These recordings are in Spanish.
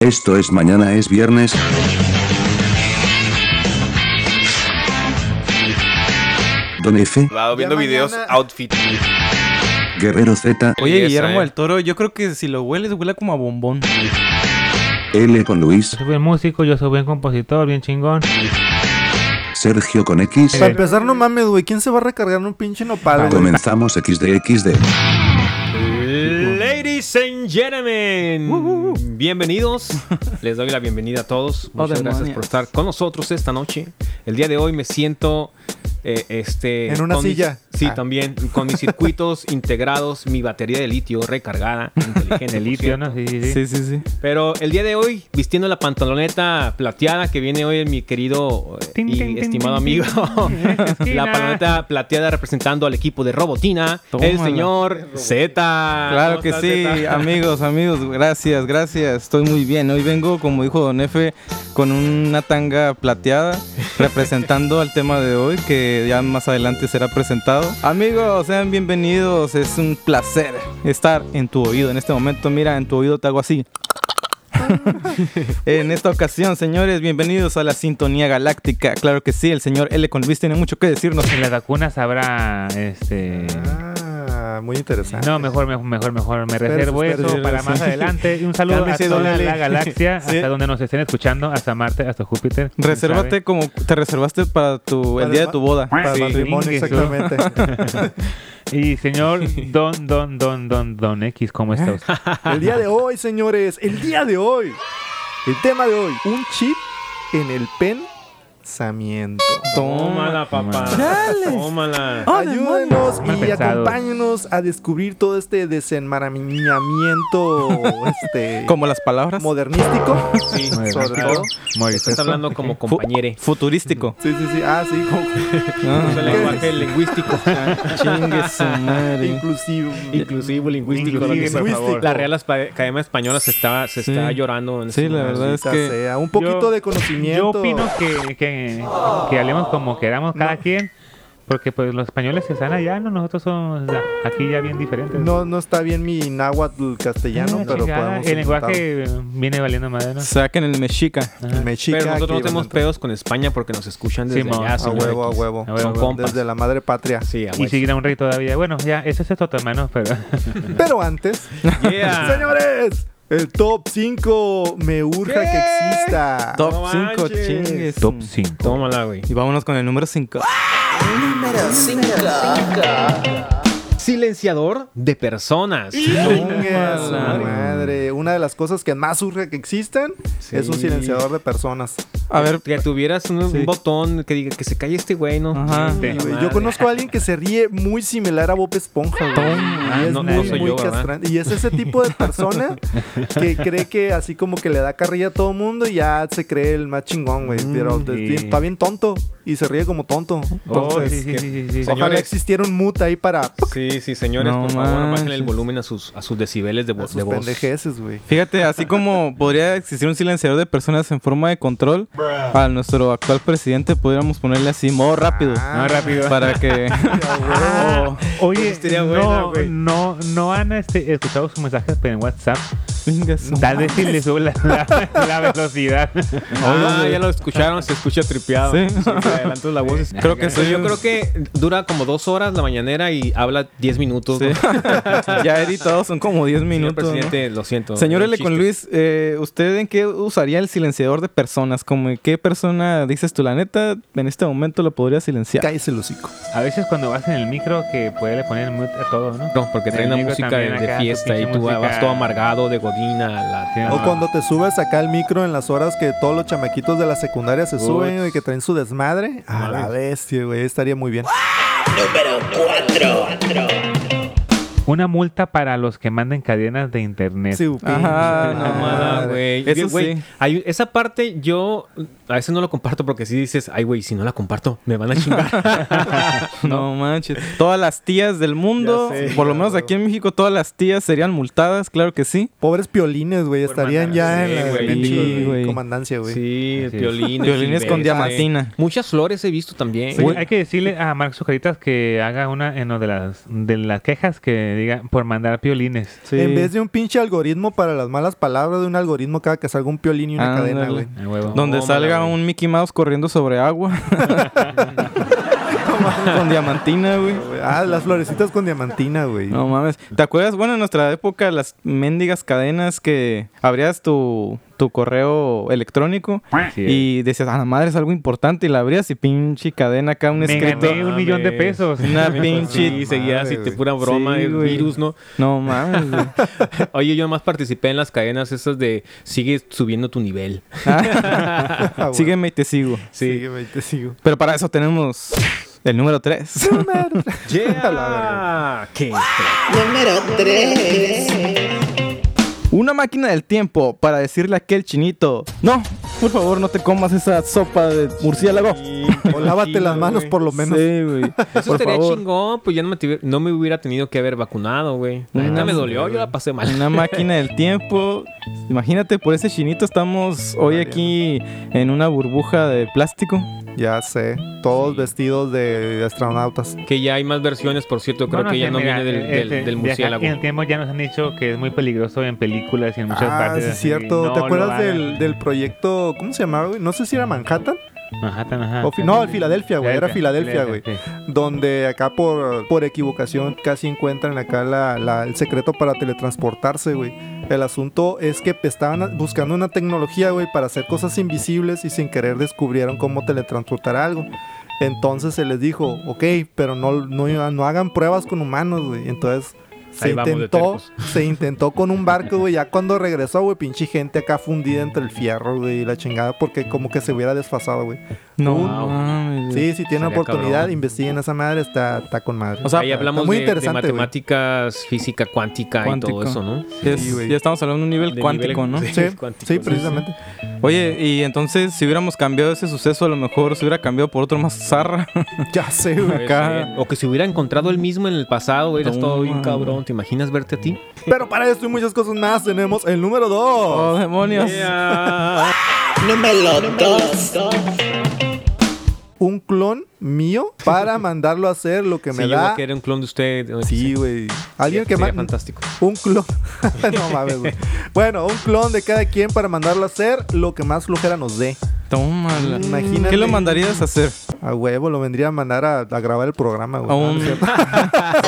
Esto es mañana es viernes. Don F, Va viendo mañana- videos outfit. Guerrero Z, Oye, Esa, Guillermo eh. del Toro, yo creo que si lo hueles, huele como a bombón. L con Luis, Yo soy buen músico, yo soy buen compositor, bien chingón. Sergio con X. Eh. Para Eh. empezar, empezar, no mames, güey. ¿Quién se va a recargar un pinche Ah, nopal, güey? Comenzamos XDXD. Ladies and gentlemen, bienvenidos. Les doy la bienvenida a todos. Oh, Muchas gracias demonios. por estar con nosotros esta noche. El día de hoy me siento eh, este En una con mis- silla. sí, Ah. también con mis circuitos integrados, mi batería de litio recargada, inteligente, El por litio, cierto. ¿no? Sí, sí, sí. Sí, sí, sí. Pero el día de hoy, vistiendo la pantaloneta plateada que viene hoy en mi querido eh, Tin, y tin, tin, estimado tin, amigo, tin. Esquina. la pantaloneta plateada representando al equipo de Robotina, el Tómala. señor Z. Claro ¿Cómo que estás, sí, Zeta? amigos, amigos, gracias, gracias. Estoy muy bien. Hoy vengo, como dijo Don Efe, con una tanga plateada, representando al tema de hoy, que ya más adelante será presentado. Amigos, sean bienvenidos. Es un placer estar en tu oído. En este momento, mira, en tu oído te hago así. en esta ocasión, señores, bienvenidos a la Sintonía Galáctica. Claro que sí, el señor L. con Luis tiene mucho que decirnos. En las vacunas habrá este. Ah, muy interesante. No, mejor, mejor, mejor, mejor. Me Espérese, reservo espérese, eso para espérese. más adelante. Y un saludo Cálmese, a don toda Eli. la galaxia, Sí. hasta donde nos estén escuchando, hasta Marte, hasta Júpiter. ¿Quién Resérvate como te reservaste para tu, el Para día el de tu ba- boda. Para el Sí. matrimonio, Ingueso. exactamente. sabe? Y señor Don, Don, Don, Don, Don X, ¿cómo Ah, está usted? El día de hoy, señores. El día de hoy. El tema de hoy. Un chip en el pensamiento. Tómala, papá. Chales. Tómala. Oh. Ah, Ayúdenos Mal y pensado. acompáñenos a descubrir todo este desenmarañamiento este, Como las palabras. modernístico, Sí, sobre claro. todo. Morisco. Estás hablando como Fu- compañere. Futurístico. Sí, sí, sí. Ah, sí, como Ah. Es el lenguaje lingüístico. Chingue su madre. inclusivo. Inclusivo, lingüístico. Inclusive, lo que sea. por favor. La Real Aspa- Academia Española se está, se Sí. está llorando. En Sí, este la momento. verdad es Maldita que. sea, eh, un poquito Yo- de conocimiento. Yo opino que, que, que hablemos como queramos cada quien, porque pues los españoles que están allá, no, nosotros somos ya- aquí ya bien diferentes. No, no está bien mi náhuatl castellano, Ah, pero chingada, podemos El intentarlo. lenguaje viene valiendo madera. ¿no? Saquen el mexica. Ajá. mexica. Pero nosotros no aquí, tenemos bueno, pedos con España porque nos escuchan desde Simón. allá. A a señor huevo, a X. huevo. A huevo, Son a huevo. compas. Desde la madre patria. Sí, a Y huevo. seguirá un rey todavía. Bueno, ya, ese es otro tema, ¿no? Pero Pero antes, Yeah. señores, el top 5 me urge ¿Qué? que exista. Top No 5, manches. chingues. 5. Tómala, güey. Y vámonos con el número 5. Silenciador de personas. Chingue No, a su madre. madre. Una de las cosas que más urge que existan Sí. es un silenciador de personas. A ver, Que tuvieras un, un Sí. botón que diga que se calle este güey, ¿no? Ajá. Chingue la Güey, madre. Yo conozco a alguien que se ríe muy similar a Bob Esponja, güey. Ah, Y es no- no muy, soy muy yo, ¿verdad? castrante. Y es ese tipo de persona que cree que así como que le da carrilla a todo mundo y ya se cree el más chingón, güey. Pero Mm, sí. es bien- está bien tonto y se ríe como tonto. Oh, Entonces, sí, sí, sí, sí, sí. Señor- ojalá señores. existiera un mute ahí para Sí, sí, señores, No por favor, bajen el manches. volumen a sus, a sus decibeles de, vo- sus de voz. pendejeces, güey. fíjate, así como podría existir un silenciador de personas en forma de control, a nuestro actual presidente podríamos ponerle así, modo rápido. Ah, No, rápido. Para que. Ah, oye, Estaría no, buena, güey. no, no han este, escuchado sus mensajes en WhatsApp. Chingue su- Tal vez si le sube la, la- la velocidad. Ah, ya lo escucharon, se escucha tripeado. Sí. te adelantas la voz. Creo que soy Yo un- creo que dura como dos horas la mañanera y habla diez minutos. Sí. ¿no? ya editado son como 10 Señor minutos. ¿no? presidente, lo siento. Señor era un L. con chiste. Luis, eh, ¿usted en qué usaría el silenciador de personas? ¿Como en qué persona dices tú, la neta, en este momento lo podría silenciar? Cállese el hocico. A veces cuando vas en el micro que puede poner mute a todo, ¿no? No, porque traen la Enemigo música de, también de acá, su fiesta y pinche tú música. vas todo amargado de godina. La, Sí, O Ah. cuando te subes acá al micro en las horas que todos los chamaquitos de la secundaria se suben y que traen su desmadre. A la bestia, güey. Estaría muy bien. Una multa para los que manden cadenas de internet. Sí, upín. Ajá, no, Mamada, Madre. güey. Eso Bien, güey, sí. hay- esa parte yo a veces no lo comparto porque si dices, ay, güey, si no la comparto, me van a chingar. No manches. Todas las tías del mundo, Ya sé, por lo ya, menos güey. aquí en México, todas las tías serían multadas, claro que sí. Pobres piolines, güey. Estarían ya mandar- Sí, en la güey. pinche Sí, güey. comandancia, güey. sí, Así es. violines. Violines con silvestres. diamantina. Muchas flores he visto también. Oye, hay que decirle a Mark Zucaritas que haga una en lo de las, de las quejas que diga por mandar piolines. Sí. En vez de un pinche algoritmo para las malas palabras, de un algoritmo cada que salga un piolín y una Ándale. cadena, güey. A huevo. Donde No, salga mala, güey. un Mickey Mouse corriendo sobre agua. Con diamantina, güey. Ah, las florecitas con diamantina, güey. No mames. ¿Te acuerdas? Bueno, en nuestra época, las mendigas cadenas que abrías tu, tu correo electrónico Sí, y decías, a la madre es algo importante y la abrías y pinche cadena acá, un me escrito. gané un millón de pesos. Una pinche. Pues Sí, seguía así, güey. te pura broma, Sí, el güey. virus, ¿no? No mames. güey. Oye, yo más participé en las cadenas esas de sigue subiendo tu nivel. Ah, güey. Sígueme y te sigo. Sí. Sígueme, te sigo. Pero para eso tenemos el número 3. A la verga. Ah, ¿Qué? Número 3. Una máquina del tiempo para decirle a aquel chinito, no, por favor no te comas esa sopa de murciélago. O lávate las manos por lo menos. Sí, güey. Eso Por estaría favor. chingón, pues ya no me, tuvi- no me hubiera tenido que haber vacunado, güey. La neta No, me sí, dolió, yo la pasé mal. Una máquina del tiempo. Imagínate, por ese chinito estamos hoy aquí en una burbuja de plástico. Ya sé. Todos vestidos de astronautas. Que ya hay más versiones, por cierto, creo Bueno, que ya sí, no mira, viene del, del, este, del de acá murciélago. En el tiempo ya nos han dicho que es muy peligroso en películas y en muchas ah, partes. sí, es así, cierto. no ¿Te lo acuerdas hagan. del, del proyecto? ¿Cómo se llamaba, güey? No sé si era Manhattan. Manhattan, ajá. O fi- no, el Filadelfia, güey, era Filadelfia, güey. Donde acá por, por equivocación casi encuentran acá la, la- el secreto para teletransportarse, güey. El asunto es que estaban buscando una tecnología, güey, para hacer cosas invisibles y sin querer descubrieron cómo teletransportar algo. Entonces se les dijo, ok, pero no, no, no hagan pruebas con humanos, güey. Entonces se Ahí vamos de intentó, tercos. se intentó con un barco, güey. Ya cuando regresó, güey, pinche gente acá fundida entre el fierro, güey, y la chingada, porque como que se hubiera desfasado, güey. No. Wow. mames, güey. Sí, si tienen Sería oportunidad, cabrón. investiguen esa madre, está, está con madre. O sea, Ahí hablamos muy de- de, interesante, güey. matemáticas, física cuántica Cuántico. y todo eso, ¿no? Es- sí, güey. ya estamos hablando de un nivel De cuántico, nivel- ¿no? Sí, Sí, cuántico, sí, ¿no? precisamente. Oye, y entonces si hubiéramos cambiado ese suceso, a lo mejor se hubiera cambiado por otro más zarra. Ya sé, güey. Acá. O que se hubiera encontrado el mismo en el pasado, güey, eres No, todo bien man. cabrón. ¿Te imaginas verte a ti? Pero para esto y muchas cosas más tenemos el número 2. Oh, demonios. Número 2. Un clon mío para mandarlo a hacer lo que Sí, me yo da. creo que era un clon de usted. ¿no? Sí, güey. Alguien que Sería más. fantástico. Un clon. no mames, güey. Bueno, un clon de cada quien para mandarlo a hacer lo que más flojera nos dé. Tómala. Imagínate. ¿Qué lo mandarías a hacer? A huevo, lo vendría a mandar a, a grabar el programa, A güey. un-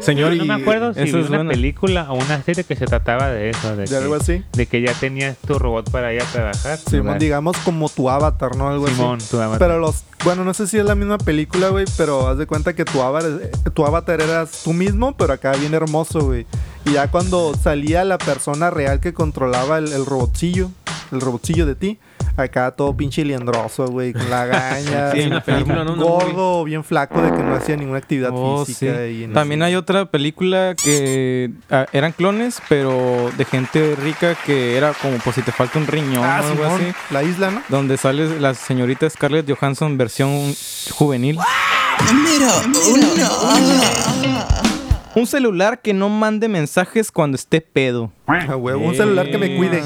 Señor, No me acuerdo si Eso vi es una bueno. película o una serie que se trataba de eso. De, De algo que, así. de que ya tenías tu robot para ir a trabajar. Simón, ¿verdad? digamos como tu avatar, ¿no? Algo así. Simón, tu avatar. Pero los, bueno, no sé si es la misma película, güey, pero haz de cuenta que tu avatar, tu avatar eras tú mismo, pero acá bien hermoso, güey. Y ya cuando salía la persona real que controlaba el, el robotcillo, el robotcillo de ti, acá todo pinche liendroso, güey, con la gaña, Sí, hay una película, ¿no? Una gordo, bien flaco de que no hacía ninguna actividad Oh, física. sí. y en También hay otra película que ah, eran clones, pero de gente rica que era como por si te falta un riñón Ah, o algo Simón, así. la isla, ¿no? Donde sale la señorita Scarlett Johansson versión juvenil. Número 1. Un celular que no mande mensajes cuando esté pedo. A huevo, un celular que me cuide.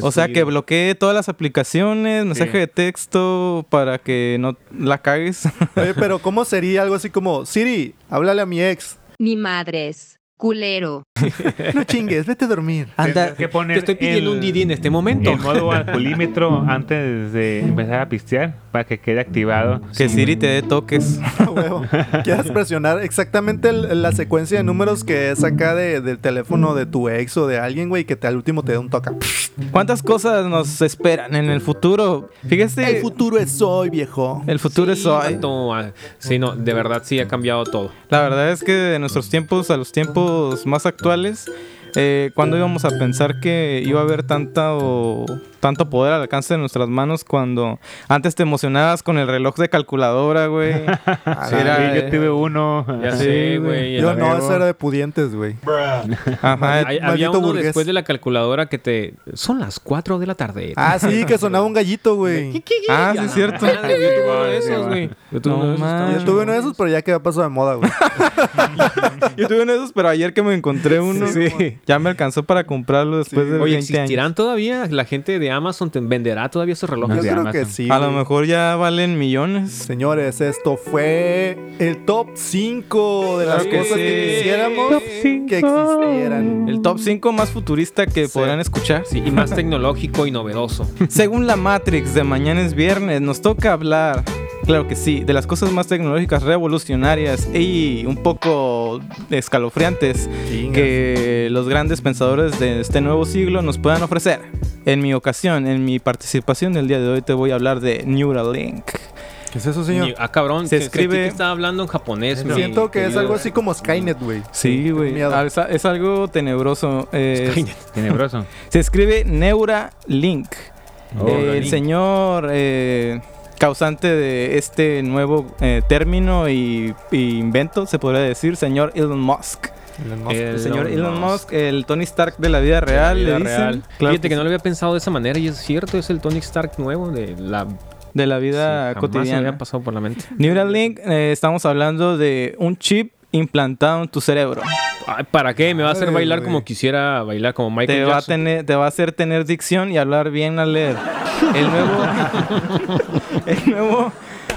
O sea, que bloquee todas las aplicaciones, mensaje de texto para que no la cagues. Oye, pero ¿cómo sería algo así como, Siri, háblale a mi ex? Ni madres, culero. No chingues, vete a dormir. Anda, Tendrás que poner Te estoy pidiendo el- un Didi en este momento. El modo alcoholímetro antes de empezar a pistear para que quede activado. que Siri te dé toques. A huevo. Quieras presionar exactamente el- la secuencia de números que es acá de- del teléfono de tu ex o de alguien, güey, que te, al último te dé un toca. ¿Cuántas cosas nos esperan en el futuro? Fíjese, el, futuro es hoy, viejo. futuro es hoy. vato, ah, Sí, no, de verdad sí ha cambiado todo. La verdad es que de nuestros tiempos a los tiempos más actuales, eh, cuando íbamos a pensar que iba a haber tanto, tanto poder al alcance de nuestras manos cuando antes te emocionabas con el reloj de calculadora, güey? Sí, Sí, era, Ah, yo tuve uno. eh, Ya Sí, sé, güey. güey. Yo a la no, verga. eso era de pudientes, güey. Ajá, Hay- Había maldito uno burgués. después de la calculadora que te... Son las 4 de la tarde. Ah, sí, que sonaba un gallito, güey. Ah, sí, es cierto. Madre, yo tuve uno de esos, güey. Yo tuve No uno de esos manches. Yo tuve uno de esos, pero ya quedó pasado de moda, güey. Yo tuve uno de esos, pero ayer que me encontré uno. también. Sí. güey. Ya me alcanzó para comprarlo después Sí. de Oye, 20 años. ¿existirán todavía? ¿La gente de Amazon te venderá todavía esos Yo relojes? de creo que Amazon. sí. A lo güey. mejor ya valen millones. Señores, esto fue el top 5 de las Claro que cosas que sí. Pues, quisiéramos Top que cinco. existieran. El top 5 más futurista que Sí. podrán escuchar. Sí, y más tecnológico y novedoso. Según la Matrix de mañana es viernes, nos toca hablar, claro que sí, de las cosas más tecnológicas revolucionarias y un poco escalofriantes que los grandes pensadores de este nuevo siglo nos puedan ofrecer. En mi ocasión, en mi participación del día de hoy, te voy a hablar de Neuralink. ¿Qué es eso, Ni- Ah, cabrón, Se que- que escribe- aquí estaba hablando en japonés. mi Siento que es querido. algo así como Skynet, güey. Sí, güey. miedo. Ah, Es, es algo tenebroso. eh, Skynet. Tenebroso. se escribe Neuralink. Oh, Eh, el Neuralink. señor eh, causante de este nuevo eh, término y, y invento, se podría decir, señor Elon Musk. El, señor Elon Musk. el Tony Stark de la vida real, Vida le dicen. real. Claro Fíjate que que no sí. lo había pensado de esa manera y es cierto, es el Tony Stark nuevo de la de la vida sí, jamás se me cotidiana. había pasado por la mente. Neuralink, eh, estamos hablando de un chip implantado en tu cerebro. Ay, ¿Para qué? Me va a hacer Ay, bailar güey. como quisiera bailar, como Michael Te va, a Jackson. tener, te va a hacer tener dicción y hablar bien al leer. El nuevo. el nuevo.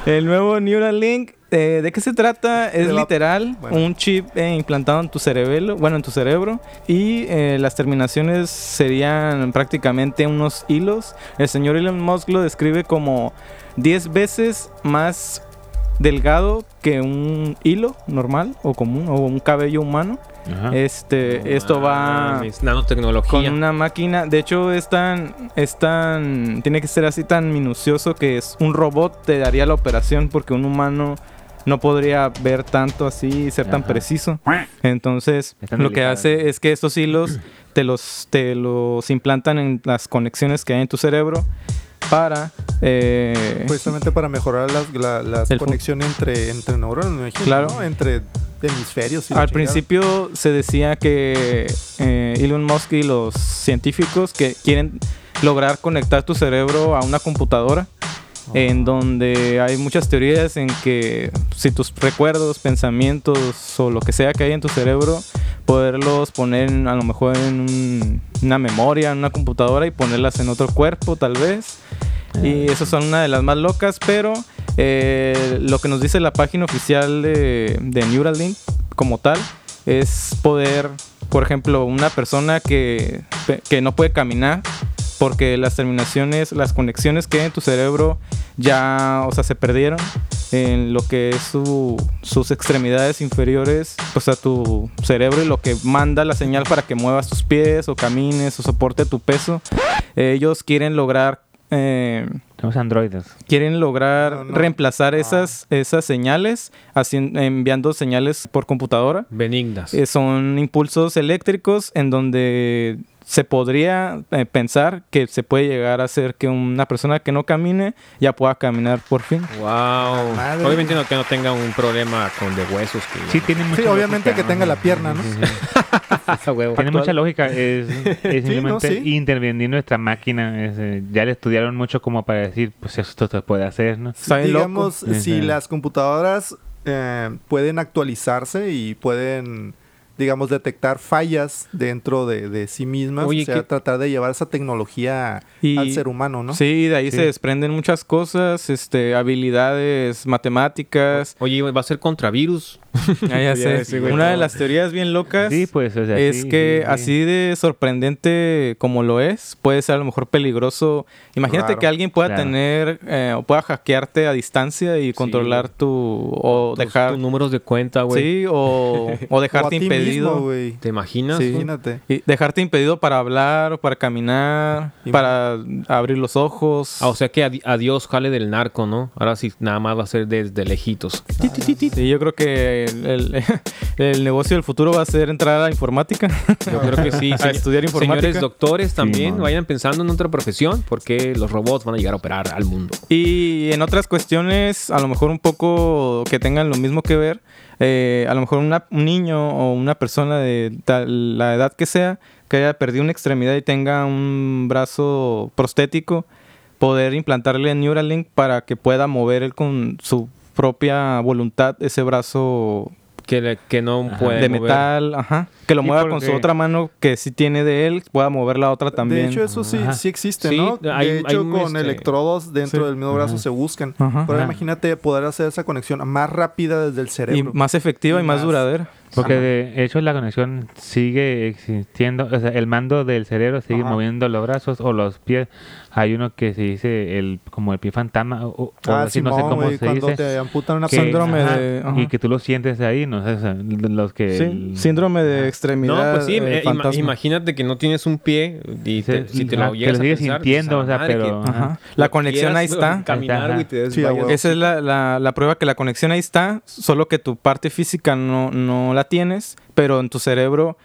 El nuevo Neuralink. eh, ¿De qué se trata? Es De la- literal bueno. un chip eh, implantado en tu cerebelo, bueno, en tu cerebro. Y eh, las terminaciones serían prácticamente unos hilos. El señor Elon Musk lo describe como 10 veces más delgado que un hilo normal o común o un cabello humano. Ajá. Este, esto va Mames, nanotecnología. con una máquina. De hecho, es tan, es tan. Tiene que ser así tan minucioso que es un robot te daría la operación porque un humano no podría ver tanto así y ser tan Ajá. preciso. Entonces, Están lo que delicadas. hace es que estos hilos te los, te los implantan en las conexiones que hay en tu cerebro para. eh, Precisamente para mejorar las, la, las El fu- conexión entre, entre neuronas, me imagino, Claro. ¿no? Entre hemisferios. y la Al chingada. principio se decía que eh, Elon Musk y los científicos que quieren lograr conectar tu cerebro a una computadora, en donde hay muchas teorías en que si tus recuerdos, pensamientos o lo que sea que hay en tu cerebro, poderlos poner en- a lo mejor en un- una memoria, en una computadora y ponerlas en otro cuerpo tal vez. Y esas son una de las más locas, pero eh, lo que nos dice la página oficial de, de Neuralink como tal es poder, por ejemplo, una persona que, que no puede caminar porque las terminaciones, las conexiones que hay en tu cerebro ya, o sea, se perdieron en lo que es su- sus extremidades inferiores, o sea, tu cerebro y lo que manda la señal para que muevas tus pies o camines o soporte tu peso. Ellos quieren lograr... eh, Somos androides. quieren lograr No, no. reemplazar Ah. esas, esas señales, hacien- enviando señales por computadora. Benignas. Eh, son impulsos eléctricos en donde se podría eh, pensar que se puede llegar a hacer que una persona que no camine ya pueda caminar por fin. Wow. madre. Obviamente no, que no tenga un problema con de huesos. Que Sí, tiene mucha Sí, obviamente lógica, que ¿no? tenga la pierna, ¿no? Ah, huevo. Tiene mucha lógica. Es, es simplemente sí. intervenir nuestra máquina. es, eh, ya le estudiaron mucho como para decir, pues esto se puede hacer, ¿no? Está bien loco. Digamos, Ujú. si las computadoras eh, pueden actualizarse y pueden, digamos, detectar fallas dentro de, de sí mismas, Oye, o sea, ¿qué- tratar de llevar esa tecnología Y- al ser humano, ¿no? Sí, de ahí Sí. se desprenden muchas cosas, este, habilidades matemáticas. Oye, va a ser contra virus. Ah, ya Sí, sé. sí, güey, Una de no. las teorías bien locas. Sí, pues, o sea, es sí, que sí, sí. así de sorprendente como lo es, puede ser a lo mejor peligroso. Imagínate Claro, que alguien pueda claro. tener eh, o pueda hackearte a distancia y controlar tu o Tus- dejar Tus números de cuenta, güey. sí o, o O a dejarte ti impedido, mismo, güey. ¿Te imaginas? Sí. güey? Imagínate. y dejarte impedido para hablar, para caminar, Y- para abrir los ojos. Ah, o sea que adi- adiós jale del narco, ¿no? Ahora sí, nada más va a ser desde lejitos. Sí, yo creo que el, el- el negocio del futuro va a ser entrar a la informática. Yo creo que sí. A estudiar informática. Señores doctores también, man. vayan pensando en otra profesión porque los robots van a llegar a operar al mundo. Y en otras cuestiones, a lo mejor un poco que tengan lo mismo que ver, eh, a lo mejor una- un niño o una persona de tal- la edad que sea, que haya perdido una extremidad y tenga un brazo prostético, poder implantarle Neuralink para que pueda mover él con su propia voluntad ese brazo Que, le- que no puede. de mover. metal, ajá. Que lo ¿Y mueva por con su qué? otra mano que sí tiene de él, pueda mover la otra también. De hecho, eso sí, Ajá. sí existe, Sí, ¿no? hay- de hay hecho, un, con este, electrodos dentro sí. del mismo brazo se buscan. Ajá. Pero Ajá. imagínate poder hacer esa conexión más rápida desde el y cerebro. más efectiva y, Y más, más. duradera. Porque de hecho la conexión sigue existiendo, o sea, el mando del cerebro sigue Ajá. moviendo los brazos o los pies. Hay uno que se dice el como el pie fantasma o, o algo ah, así, no sé Simón, cómo güey, se cuando dice. te amputan una que- síndrome ajá, de- ajá. y que tú lo sientes ahí, no sé, o sea, los que Sí, el- síndrome de No, extremidad. pues sí, eh, eh, ima- fantasma. imagínate que no tienes un pie y te- Sí, si te lo ajá, llegas que lo a sigues pensar, sintiendo, pues, o sea, a madre, pero- que Ajá. Ajá. La conexión quieras, ahí güey, está. Caminar, Ajá. güey, Sí, te a desmayas. huevo. Esa es la, la- la prueba que la conexión ahí está, solo que tu parte física no, no la tienes, pero en tu cerebro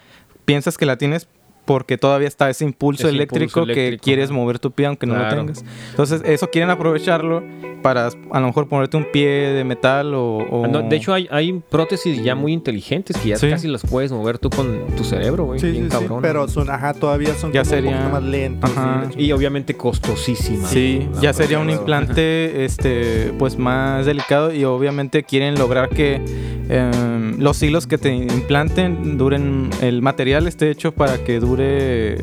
piensas que la tienes porque todavía está ese impulso, Ese eléctrico, impulso que eléctrico, quieres ajá. mover tu pie aunque no Claro. lo tengas. Entonces, eso quieren aprovecharlo para a lo mejor ponerte un pie de metal o... o- Ah, no, de hecho, hay, hay prótesis ya muy inteligentes que ya Sí. casi las puedes mover tú con tu cerebro, güey. Sí, sí, bien sí, cabrón. pero son, ajá, todavía son Ya como un sería- poquito más lentos. Ajá. sí, de hecho. Y obviamente costosísima. Sí, La ya sería un prótesis. implante este pues más delicado y obviamente quieren lograr que eh, los hilos que te implanten duren el material esté hecho para que dure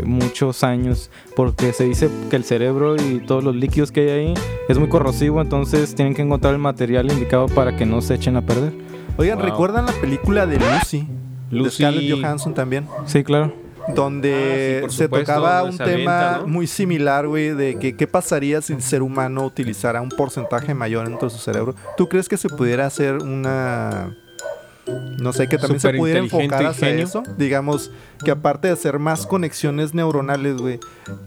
muchos años porque se dice que el cerebro y todos los líquidos que hay ahí es muy corrosivo, entonces tienen que encontrar el material indicado para que no se echen a perder. Oigan, Wow. ¿recuerdan la película de Lucy? De Lucy- Scarlett Johansson también. Sí, claro. donde Ah, sí, por se supuesto, tocaba donde un se tema avienta, ¿no? muy similar, güey, de que qué pasaría si el ser humano utilizara un porcentaje mayor dentro de su cerebro. ¿Tú crees que se pudiera hacer una... No sé, que también se pudiera Superinteligente enfocar hacia genio. eso? Digamos, que aparte de hacer más conexiones neuronales, güey,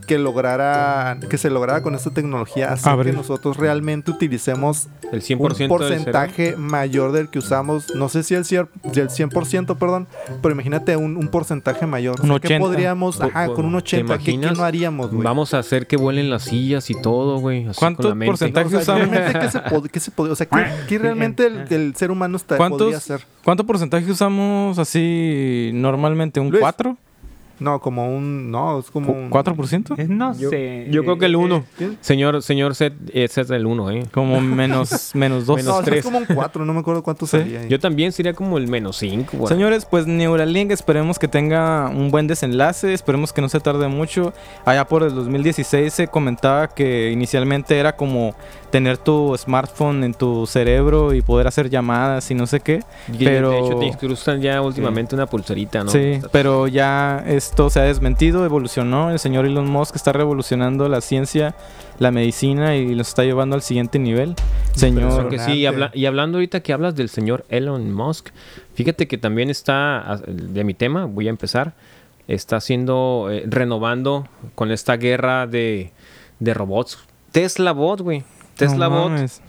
que lograra, que se lograra con esta tecnología hacer Abrir. que nosotros realmente utilicemos un El 100% del cerebro. porcentaje mayor del que usamos. No sé si el, cier- del 100%, perdón, pero imagínate un, un porcentaje mayor. Un O sea, ¿Qué 80. podríamos, Po- ajá, po- con un ¿te 80, ¿qué, qué imaginas? no haríamos, güey? Vamos a hacer que vuelen las sillas y todo, güey. así ¿Cuánto con la mente. No, porcentaje? o sea, usamos- realmente, ¿qué se pod- qué se pod- o sea, ¿qué, qué realmente el, el ser humano está, podría ¿Cuántos, hacer? ¿Cuánto porcentaje usamos así normalmente? ¿Un Luis. 4? No, como un. No, es como Mm. un. Eh, ¿4%? Eh, No Yo, sé. yo creo que el 1. ¿quién? Señor, señor Seth, ese es el 1, ¿eh? Como menos, menos 2. Menos No, o sea, es tres. como un 4, no me acuerdo cuánto Sí. sería. ahí. Yo también sería como el menos 5, güey. Señores, pues Neuralink esperemos que tenga un buen desenlace, esperemos que no se tarde mucho. Allá por el 2016 se comentaba que inicialmente era como tener tu smartphone en tu cerebro y poder hacer llamadas y no sé qué. Y pero- De hecho, te incrustan ya últimamente una pulserita, ¿no? sí, Está- pero ya esto se ha desmentido, evolucionó. El señor Elon Musk está revolucionando la ciencia, la medicina y los está llevando al siguiente nivel. Señor, Porque sí, y, habla- y hablando ahorita que hablas del señor Elon Musk, fíjate que también está, ah, de mi tema, voy a empezar, está haciendo, eh, renovando con esta guerra de, de robots. Tesla Bot, güey. Tesla No Bot mames.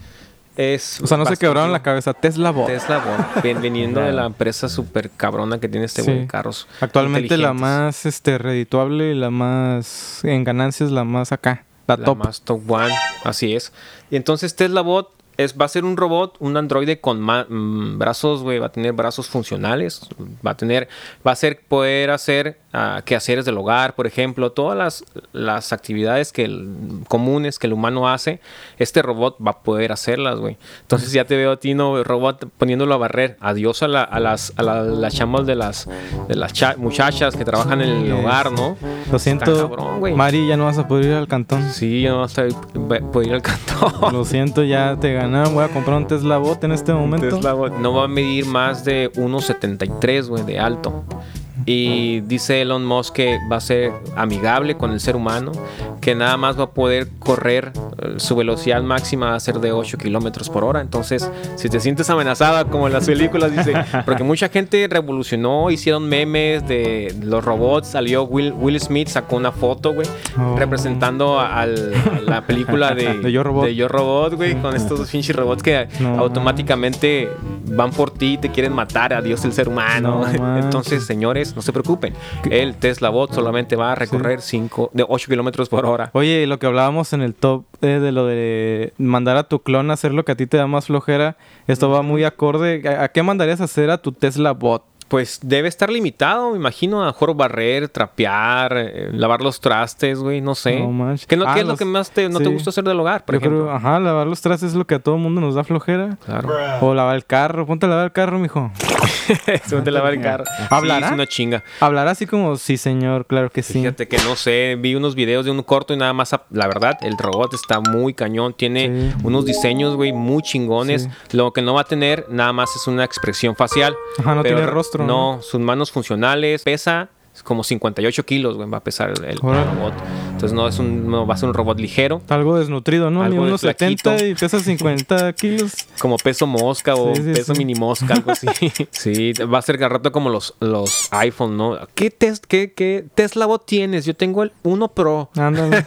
es... O sea, no se bastante- quebraron la cabeza. Tesla Bot. Tesla Bot, ven- viniendo de la empresa super cabrona que tiene este güey de Sí. carros. Actualmente la inteligentes. más este redituable, la más en ganancias, la más acá, la, La top. más top one, así es. Y entonces Tesla Bot es, va a ser un robot, un androide con ma- mm, brazos, güey, va a tener brazos funcionales, va a tener, va a ser poder hacer ah, quehaceres del hogar, por ejemplo, todas las, las actividades que el- comunes que el humano hace, este robot va a poder hacerlas, güey. Entonces ya te veo a ti, no, robot poniéndolo a barrer. Adiós a, la- a las, a la- las chamas de las, de las cha- muchachas que trabajan en el hogar, ¿no? Lo siento, cabrón, güey. Mari, ya no vas a poder ir al cantón. Sí, yo no hasta puedo ir al cantón. Lo siento, ya te ganaron. Voy a comprar un Tesla Bot en este momento. Tesla Bot no va a medir más de 1.73, güey, de alto. Y dice Elon Musk que va a ser amigable con el ser humano, que nada más va a poder correr, eh, su velocidad máxima va a ser de 8 kilómetros por hora. Entonces, si te sientes amenazada, como en las películas, dice, porque mucha gente revolucionó, hicieron memes de los robots, salió Will, Will Smith, sacó una foto, güey, Oh. representando a, al- a la película de, De Yo Robot. de Yo Robot, güey, con estos dos pinches robots que No. automáticamente van por ti y te quieren matar. Adiós el ser humano. No manches. Entonces, señores, no se preocupen. El Tesla Bot solamente va a recorrer cinco, de 8 kilómetros por hora. Oye, y lo que hablábamos en el top eh, de lo de mandar a tu clon a hacer lo que a ti te da más flojera, esto va muy acorde. ¿A, a qué mandarías a hacer a tu Tesla Bot? pues debe estar limitado, me imagino, a lo mejor barrer, trapear, eh, lavar los trastes, güey, no sé. No manches. ¿Qué, no, Ah, qué es lo los- que más te, no te sí. gusta hacer del hogar, por Yo creo, ejemplo? ajá, lavar los trastes es lo que a todo mundo nos da flojera. Claro. O lavar el carro, ponte a lavar el carro, mijo. Se te lavar el carro. ¿Hablará? Sí, es una chinga. Hablar así como, sí, señor, claro que sí. Fíjate que no sé, vi unos videos de un corto y nada más, ap- la verdad, el robot está muy cañón, tiene Sí. unos diseños, güey, muy chingones. Lo que no va a tener nada más es una expresión facial. Ajá, Ah, no Pero tiene rostro, No, ¿no? sus manos funcionales, pesa como 58 kilos, güey, va a pesar el, el Órale. robot. Entonces no es un, no va a ser un robot ligero. Algo desnutrido, ¿no? Ni Algo de unos 70 y pesa 50 kilos. Como peso mosca o Sí, sí, peso sí. mini mosca, algo así. sí, va a ser al rato como los, los iPhone, ¿no? ¿Qué, tes- qué, qué Tesla bot tienes? Yo tengo el 1 Pro. Ándale.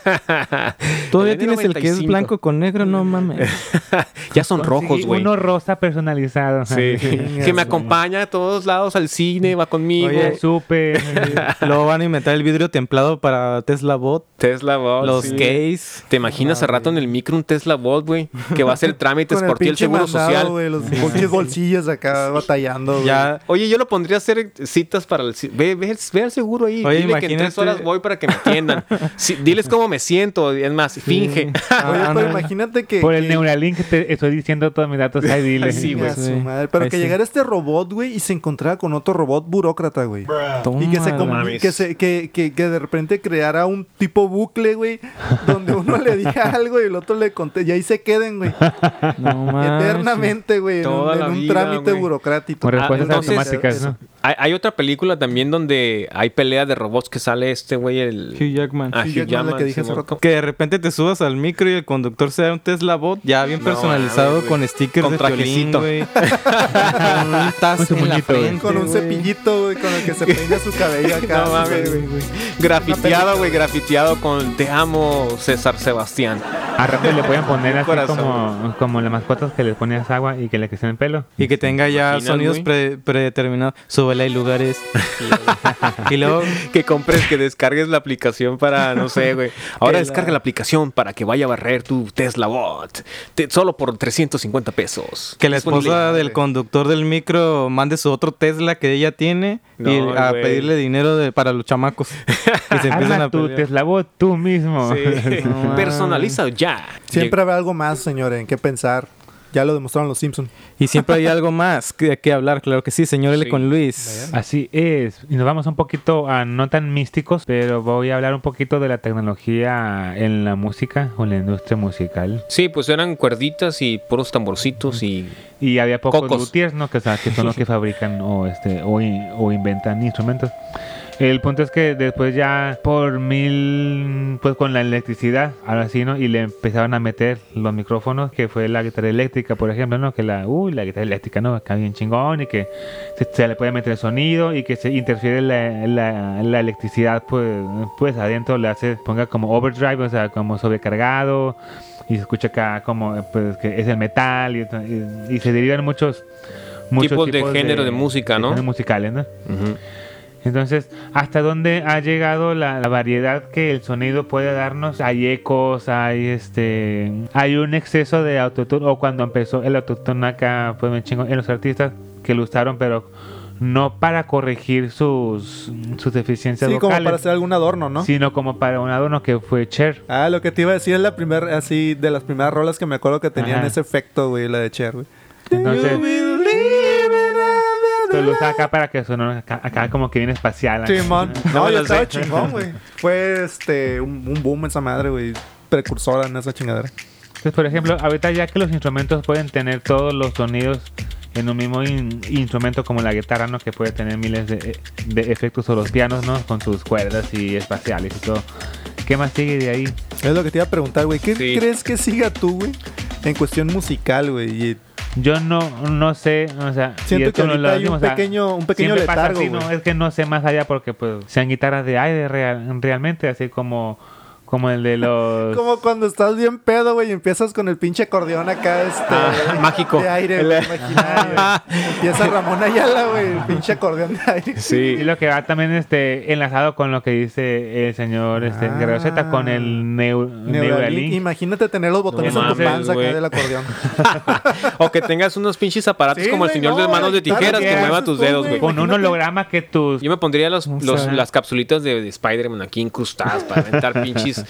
Todavía tienes el que es N95. blanco con negro, Mm. no mames. ya son rojos, Conseguí pues, güey. Uno rosa personalizado. Sí. que me acompaña a todos lados al cine, va conmigo. Oye, supe. Luego van a inventar el vidrio templado para Tesla Bot, Tesla bot. los Oh, sí. case. ¿Te imaginas al rato en el micro un Tesla bot, güey? Que va a hacer trámites Con por ti el pinche seguro mandado, social. güey, los pinches bolsillos acá batallando, güey. Ya, Oye, yo lo pondría a hacer citas para el... ci- Ve, ve, ve al seguro ahí. Oye, Dile que en tres imagínate- horas voy para que me atiendan. Sí, diles cómo me siento. Es más, finge. Oye, Ah, pero no. imagínate que. eh, Por el que- Neuralink te estoy diciendo todos mis datos ahí, dile. Sí, Chinga güey. su Sí. madre. Pero Ahí que sí. llegara este robot, güey, y se encontrara con otro robot burócrata, güey. Y que se, Tómala. comu- que, se que, que, que de repente creara un tipo bucle, güey, donde uno le diga algo y el otro le conté, y ahí se queden, güey, No mames. eternamente, güey, en Ah, Toda un, en la un vida, trámite güey. burocrático. Con respuestas Ah, entonces, automáticas, ¿no? Hay, hay otra película también donde hay pelea de robots que sale este, güey, Hugh el... Jackman. Ah, Hugh Jackman, la que dije hace Simón. rato. Que de repente te subas al micro y el conductor sea un Tesla bot ya bien No, personalizado mames, con stickers Con de violín, trajecito. güey. con un Con tazo su en la moñito, güey. frente, Con un güey. cepillito, güey, con el que se peina su cabello acá. No mames, güey. Grafiteado, güey, grafiteado con Te amo, César Sebastián. A rato le pueden poner así Corazón. como, como las mascotas que les ponías agua y que le crecían el pelo. Y que tenga ya imaginas, sonidos güey? pre- predeterminados. Súbele y lugares. y luego, Que compres, que descargues la aplicación para, no sé, güey. Ahora descarga la... aplicación para que vaya a barrer tu Tesla Bot. Te- solo por 350 pesos. que la esposa Disponible. del conductor del micro mande su otro Tesla que ella tiene y No, a güey. pedirle dinero de- para los chamacos. y se empiezan Arma a tu pelear. Tesla Bot tú mismo. Sí. No mames. Personaliza ya. Siempre habrá algo más, señores, en qué pensar. Ya lo demostraron los Simpsons. Y siempre hay algo más que, que hablar, claro que sí, señor L Sí. con Luis. Así es. Y nos vamos un poquito a no tan místicos, pero voy a hablar un poquito de la tecnología en la música o en la industria musical. Sí, pues eran cuerditas y puros tamborcitos y Y había pocos Cocos. luthiers, ¿no? Que, sabes que son los que fabrican o, este, o, in- o inventan instrumentos. El punto es que después ya por mil, pues con la electricidad, ahora sí, ¿no? Y le empezaron a meter los micrófonos, que fue la guitarra eléctrica, por ejemplo, ¿no? Que la, uy, la guitarra eléctrica, ¿no? Acá bien chingón y que se, se le puede meter el sonido y que se interfiere la, la- la electricidad, pues, pues adentro le hace, ponga como overdrive, o sea, como sobrecargado y se escucha acá como, eh, pues, que es el metal y, y- y se derivan muchos, muchos Tipos de género de música, ¿no? géneros musicales, ¿no? Entonces, ¿hasta dónde ha llegado la, la variedad que el sonido puede darnos? Hay ecos, hay este, hay un exceso de autotune o cuando empezó el autotune acá, pues me chingo en los artistas que lo usaron, pero no para corregir sus sus deficiencias Sí, como vocales, para hacer algún adorno, ¿no? sino como para un adorno que fue Cher. Ah, lo que te iba a decir es la primera, así, de las primeras rolas que me acuerdo que tenían Ajá. ese efecto, güey, la de Cher, güey. Entonces, pero lo usa acá para que sonara acá, acá como que bien espacial. acá. Simón. No No, me yo las sé. estaba chingón, güey. Fue este un, un boom esa madre, güey. Precursora en esa chingadera. Entonces, por ejemplo, ahorita ya que los instrumentos pueden tener todos los sonidos en un mismo in- instrumento como la guitarra, ¿no? Que puede tener miles de, eh, de efectos o los pianos, ¿no? Con sus cuerdas y espaciales y todo. ¿Qué más sigue de ahí? Es lo que te iba a preguntar, güey. ¿Qué Sí. crees que siga tú, güey? En cuestión musical, güey. Y Yo no, no sé, o sea... y Siento esto que no lo ahorita hay un decimos, o sea, pequeño, un pequeño siempre pasa letargo, así, güey. ¿no? Es que no sé más allá porque pues sean guitarras de aire real- realmente, así como Como el de los. Como cuando estás bien pedo, güey, y empiezas con el pinche acordeón acá, este. Ah, mágico. De aire, güey, imaginario. Empieza Ramón Ayala, güey, el pinche acordeón de aire. Y Sí. lo que va también este, enlazado con lo que dice el señor este, Ah. Guerrero Z con el neu- Neuralink. Neuralink. Imagínate tener los botones No en tu mames, panza acá güey. del acordeón. O que tengas unos pinches aparatos Sí, como el güey, señor no, de manos de claro, tijeras que claro, mueva eso tus es todo, dedos, güey. güey. Con un Imagínate. holograma que tus. Yo me pondría los, O los- sea. las capsulitas de, de Spider-Man aquí incrustadas para aventar pinches. Ah,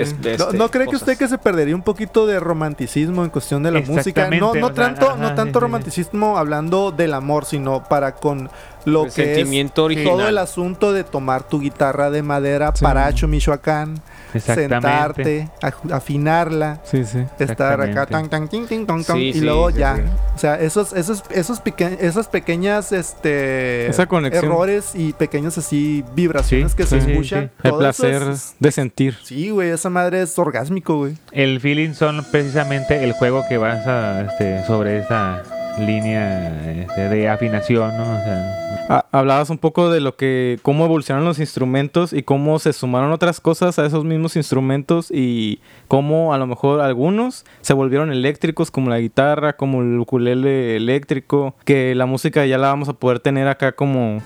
es- de ¿No, este, no cree que cosas. usted que se perdería un poquito de romanticismo en cuestión de la música? No, Exactamente, no o sea, tanto, ajá, no sí, tanto sí, sí. romanticismo hablando del amor, sino para con lo El que sentimiento es original. todo el asunto de tomar tu guitarra de madera paracho Michoacán, Exactamente. sentarte, aj- afinarla. Sí, sí. Estar acá tan Exactamente. tan tin, tin, ton, ton, Sí, y sí, luego sí, ya. sí. O sea, esos, esos, esos peque- esas pequeñas este Esa conexión. errores y pequeñas así vibraciones Sí, que se sí, sí, escuchan. sí. El todo eso placer es- de sentir. Sí, güey, esa madre es orgásmico, güey. El feeling son precisamente el juego que basa este, sobre esa línea este, de afinación, ¿no? O sea, Ah, hablabas un poco de lo que, cómo evolucionaron los instrumentos y cómo se sumaron otras cosas a esos mismos instrumentos y cómo a lo mejor algunos se volvieron eléctricos, como la guitarra, como el ukulele eléctrico, que la música ya la vamos a poder tener acá como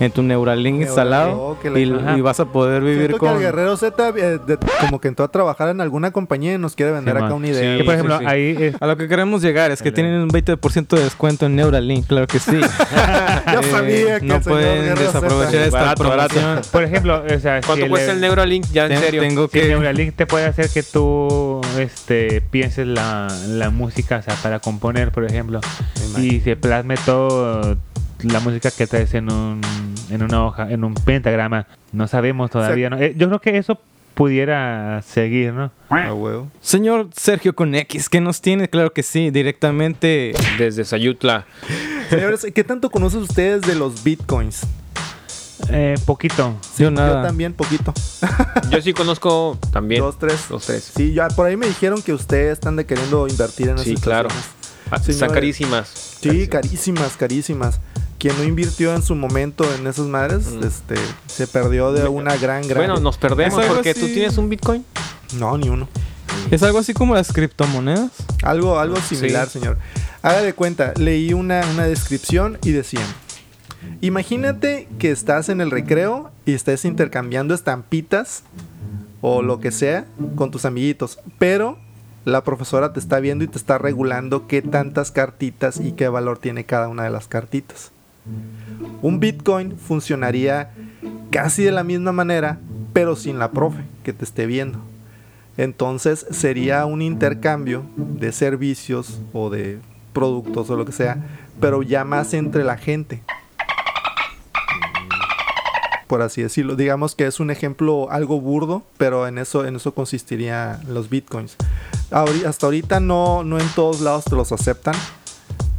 en tu Neuralink Neuralink, instalado que la- y, Ajá. y vas a poder vivir Siento que con... el Guerrero Z eh, de- como que entró a trabajar en alguna compañía y nos quiere vender acá Simón. una idea. Que, güey. por ejemplo, sí. ahí es- A lo que queremos llegar es que tienen un 20% de descuento en Neuralink, claro que sí. Yo sabía Eh, que no el señor pueden Guerrero desaprovechar Z- esta Barato, barato. promoción. por ejemplo, o sea, si ¿Cuánto el- cuesta el Neuralink? Ya en Ten- serio. Tengo si el que... Neuralink te puede hacer que tú este, pienses la, la música, o sea, para componer, por ejemplo, y se plasme todo la música que traes en un en una hoja, en un pentagrama. No sabemos todavía, ¿no? Eh, Yo creo que eso pudiera seguir, ¿no? A huevo. Señor Sergio con X, ¿qué nos tiene? Claro que sí, directamente. Desde Sayutla. Señores, ¿qué tanto conocen ustedes de los bitcoins? Eh, poquito. yo nada. Yo también poquito. Yo sí conozco también. Dos, tres. Dos, tres. Sí, ya por ahí me dijeron que ustedes están de queriendo invertir en esas Sí, claro. situaciones. Ah, Sí, Están no, carísimas. Sí, carísimas, carísimas. Quien no invirtió en su momento en esas madres, Mm. este, se perdió de una gran, gran. Bueno, nos perdemos Es algo porque tú así. tienes un Bitcoin. No, ni uno. Es algo así como las criptomonedas. Algo, algo similar, señor. Haga de cuenta, leí una, una descripción y decían: Imagínate que estás en el recreo y estés intercambiando estampitas o lo que sea con tus amiguitos, pero la profesora te está viendo y te está regulando qué tantas cartitas y qué valor tiene cada una de las cartitas. Un Bitcoin funcionaría casi de la misma manera, pero sin la profe que te esté viendo. Entonces sería un intercambio de servicios o de productos o lo que sea, pero ya más entre la gente. Por así decirlo, digamos que es un ejemplo algo burdo, pero en eso en eso consistiría los bitcoins. Ahori- Hasta ahorita no no en todos lados te los aceptan.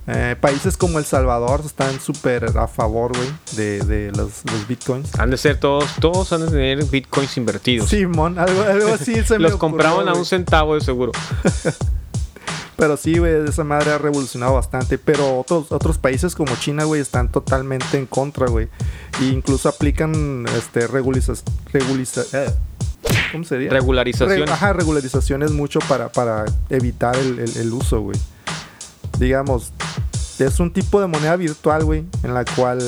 Eh, países como El Salvador están súper a favor, güey, de, de los, los bitcoins. Han de ser todos, todos han de tener Bitcoins invertidos. Simón, algo, algo así se me Los ocurrió, compraban a güey. un centavo de seguro. Pero sí, güey, esa madre ha revolucionado bastante. Pero otros, otros países como China, güey, están totalmente en contra, güey. E incluso aplican este, regulizas, reguliza, eh, ¿Cómo sería? Regularización. Re- ajá, regularizaciones mucho para, para evitar el, el- el uso, güey. Digamos, es un tipo de moneda virtual, güey, en la cual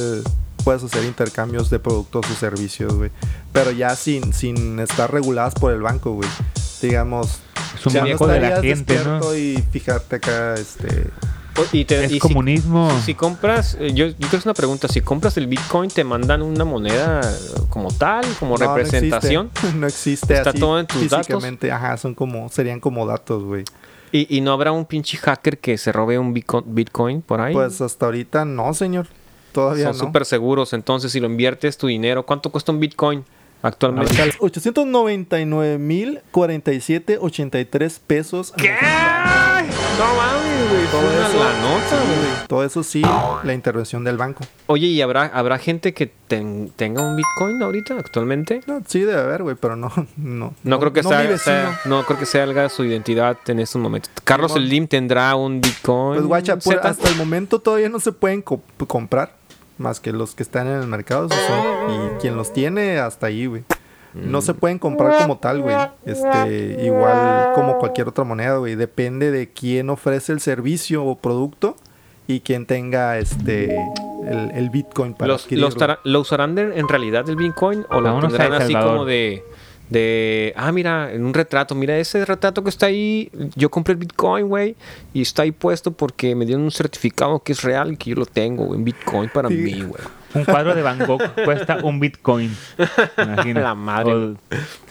puedes hacer intercambios de productos o servicios, güey. Pero ya sin, sin estar reguladas por el banco, güey. Digamos, Es un ya no manejo de la estarías gente, ¿no? despierto y fijarte acá, este... Y te- y Es si- comunismo. Si compras, eh, yo, yo creo que es una pregunta, si compras el Bitcoin te mandan una moneda eh, como tal, como no, no representación, existe. No existe, Está así todo en tus datos. físicamente. Ajá, son como, serían como datos, güey. y, y no habrá un pinche hacker que se robe un Bitco- Bitcoin por ahí. Pues hasta ahorita no, señor. Todavía Son no. súper seguros, entonces si lo inviertes tu dinero, ¿cuánto cuesta un Bitcoin actualmente? 899.047.83 pesos. ¿Qué? No mames, güey, es Todo una eso, lanota, güey. Todo eso sí, la intervención del banco. Oye, ¿y habrá, habrá gente que ten- tenga un Bitcoin ahorita, actualmente? No, sí debe haber, güey, pero no, no. No, creo que sea, mi vecino. sea- no creo que salga su identidad en estos momentos. Carlos Simón. Slim tendrá un Bitcoin. Pues guacha, por- Z. hasta el momento todavía no se pueden co- comprar. Más que los que están en el mercado. esos son. Y quien los tiene, hasta ahí, güey. No se pueden comprar como tal, güey. Este, igual como cualquier otra moneda, güey. Depende de quién ofrece el servicio o producto y quién tenga este el, el Bitcoin para los, adquirirlo. los tara- ¿Lo usarán de- en realidad el Bitcoin o lo Vámonos a tendrán El así Salvador. como de, de, ah, mira, en un retrato, mira ese retrato que está ahí, yo compré el Bitcoin, güey, y está ahí puesto porque me dieron un certificado que es real y que yo lo tengo güey, en Bitcoin para Sí. mí, güey. Un cuadro de Van Gogh cuesta un bitcoin. Imagina. La madre. O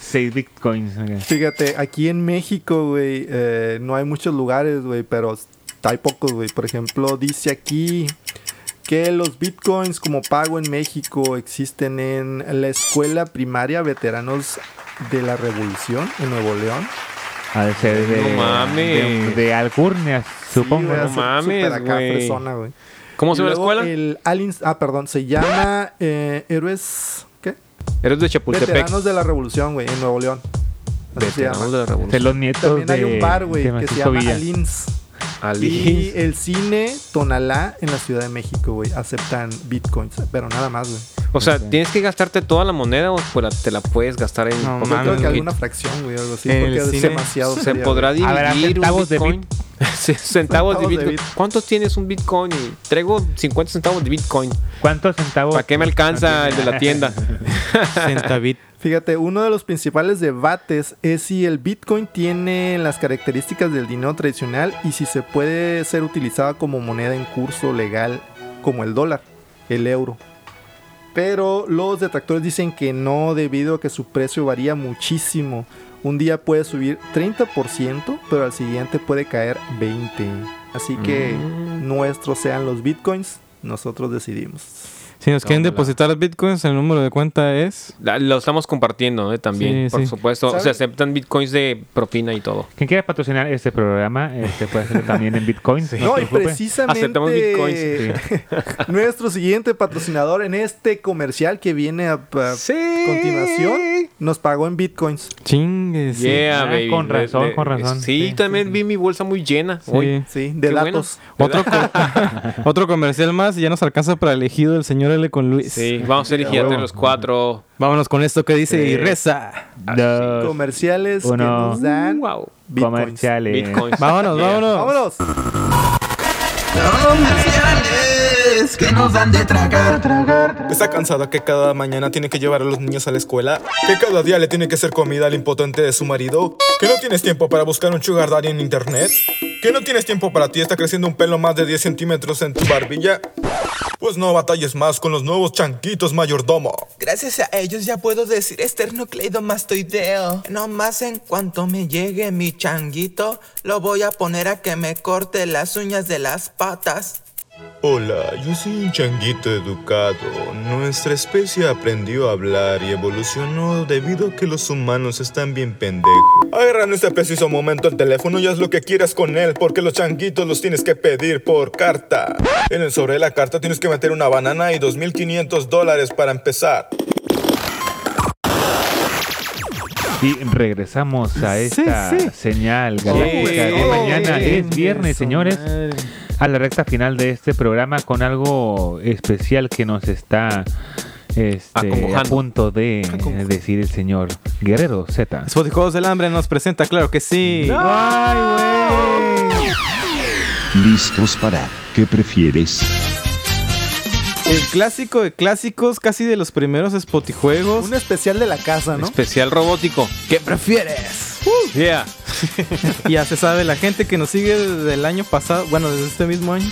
seis bitcoins. mira. Fíjate, aquí en México, güey, eh, no hay muchos lugares, güey, pero hay pocos, güey. Por ejemplo, dice aquí que los bitcoins como pago en México existen en la escuela primaria veteranos de la revolución en Nuevo León. Ha de ser de, No mames. de, de alcurnias, supongo. güey, no hace- súper mames, acá, güey. fresona, güey. ¿Cómo Y se ve la luego escuela? El Alins- ah, perdón, se llama eh, Héroes. ¿Qué? Eres de Chapultepec. Veteranos de la Revolución, güey, en Nuevo León. Así se Veteranos llama. de la Ser Revolución. los nietos También de, hay un bar, güey, de que se Francisco llama Villa. Alins. Ali. Y el cine Tonalá en la Ciudad de México, güey, aceptan bitcoins, pero nada más, güey. O sea, ¿tienes que gastarte toda la moneda o pues la- te la puedes gastar en No poco Yo mames, creo que poquito? alguna fracción, güey, algo así, El porque es cine demasiado. Se sería, podrá güey. Habrá dividir un centavos de Bitcoin. Sí, centavos de Centavos de Bitcoin. bit- ¿Cuántos tienes un Bitcoin? Y traigo 50 centavos de Bitcoin. ¿Cuántos centavos? ¿Para qué me alcanza el de la tienda? Centavit. Fíjate, uno de los principales debates es si el bitcoin tiene las características del dinero tradicional y si se puede ser utilizada como moneda en curso legal como el dólar, el euro. Pero los detractores dicen que no debido a que su precio varía muchísimo. Un día puede subir 30%, pero al siguiente puede caer 20%. Así que Mm. nuestros sean los bitcoins, nosotros decidimos. Si nos quieren Tómala. depositar bitcoins, el número de cuenta es. La- Lo estamos compartiendo ¿eh? también, Sí, por sí. supuesto. Se ¿Sabe? aceptan bitcoins de propina y todo. Quien quiera patrocinar este programa, este puede hacerlo también en bitcoins. no No, se y preocupe. precisamente Aceptamos bitcoins. nuestro siguiente patrocinador en este comercial que viene a, a continuación nos pagó en bitcoins. Chingues. sí. Yeah, Ah, baby. con De- razón, de- con razón. Sí, Sí, también vi mi bolsa muy llena Sí. hoy. Sí, Qué de bueno. datos. Otro, co- otro comercial más y ya nos alcanza para el elegido del señor L con Luis. Sí, vamos a ser de los cuatro. Vámonos con esto que dice y reza. Ah, Dos Comerciales que Uno. nos dan Wow. bitcoins. comerciales. Bitcoins. Vámonos, Yeah. vámonos. Vámonos. Comerciales que nos dan de tragar, tragar. ¿Está cansada que cada mañana tiene que llevar a los niños a la escuela? ¿Que cada día le tiene que hacer comida al impotente de su marido? ¿Que no tienes tiempo para buscar un sugar daddy en internet? ¿Que no tienes tiempo para ti? ¿Está creciendo un pelo más de 10 centímetros en tu barbilla? Pues no batalles más con los nuevos chanquitos mayordomo. Gracias a ellos ya puedo decir esternocleidomastoideo. No más en cuanto me llegue mi changuito, lo voy a poner a que me corte las uñas de las patas. Hola, yo soy un changuito educado. Nuestra especie aprendió a hablar y evolucionó debido a que los humanos están bien pendejos. Agarra en este preciso momento el teléfono y haz lo que quieras con él, porque los changuitos los tienes que pedir por carta. En el sobre de la carta tienes que meter una banana y 2.500 dólares para empezar. Y regresamos a esta sí. señal galáctica de Oh, mañana. eh, es viernes, Eso, señores. madre. A la recta final de este programa con algo especial que nos está este, a Acongojando. punto de decir el señor Guerrero Z. Spotify Juegos del Hambre nos presenta, claro que sí. ¿Listos para? ¿Qué prefieres? El clásico de clásicos, casi de los primeros Spotify Juegos. Un especial de la casa, ¿no? Especial robótico. ¿Qué prefieres? yeah. Y ya se sabe la gente que nos sigue desde el año pasado, bueno, desde este mismo año.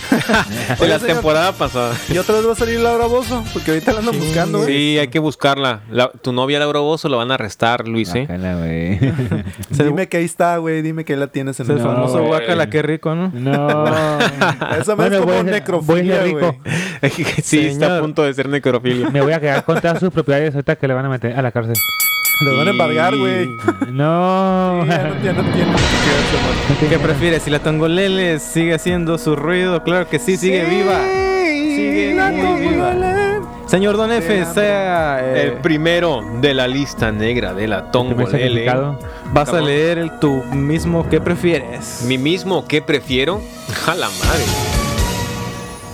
De la señor. temporada pasada. Y otra vez va a salir Laura Bozo, porque ahorita la andan buscando, ¿eh? güey. Sí, hay que buscarla. La- tu novia Laura Bozo la van a arrestar, Luis, ¿eh? Bacala, güey. Dime que ahí está, güey. Dime que la tienes en Es el el No, famoso güey. guacala, qué rico, ¿no? no. Eso más Bueno, como voy a- voy a necrofilia, ser rico. güey. sí, está a Señor. punto de ser necrofilia. Me voy a quedar con todas sus propiedades ahorita que le van a meter a la cárcel. Los van a embargar, güey. No. Sí, Ya no, ya no tienes que quedarse, güey. ¿Qué prefieres? Si la tongolele sigue haciendo su ruido, claro que sí, sigue viva. Sigue muy viva. Señor Don F, sea. eh, El primero de la lista negra de la E. Primer Tongolele. sacrificado. eh. vas a leer el, tu mismo qué prefieres. ¿Mi mismo qué prefiero? A la madre.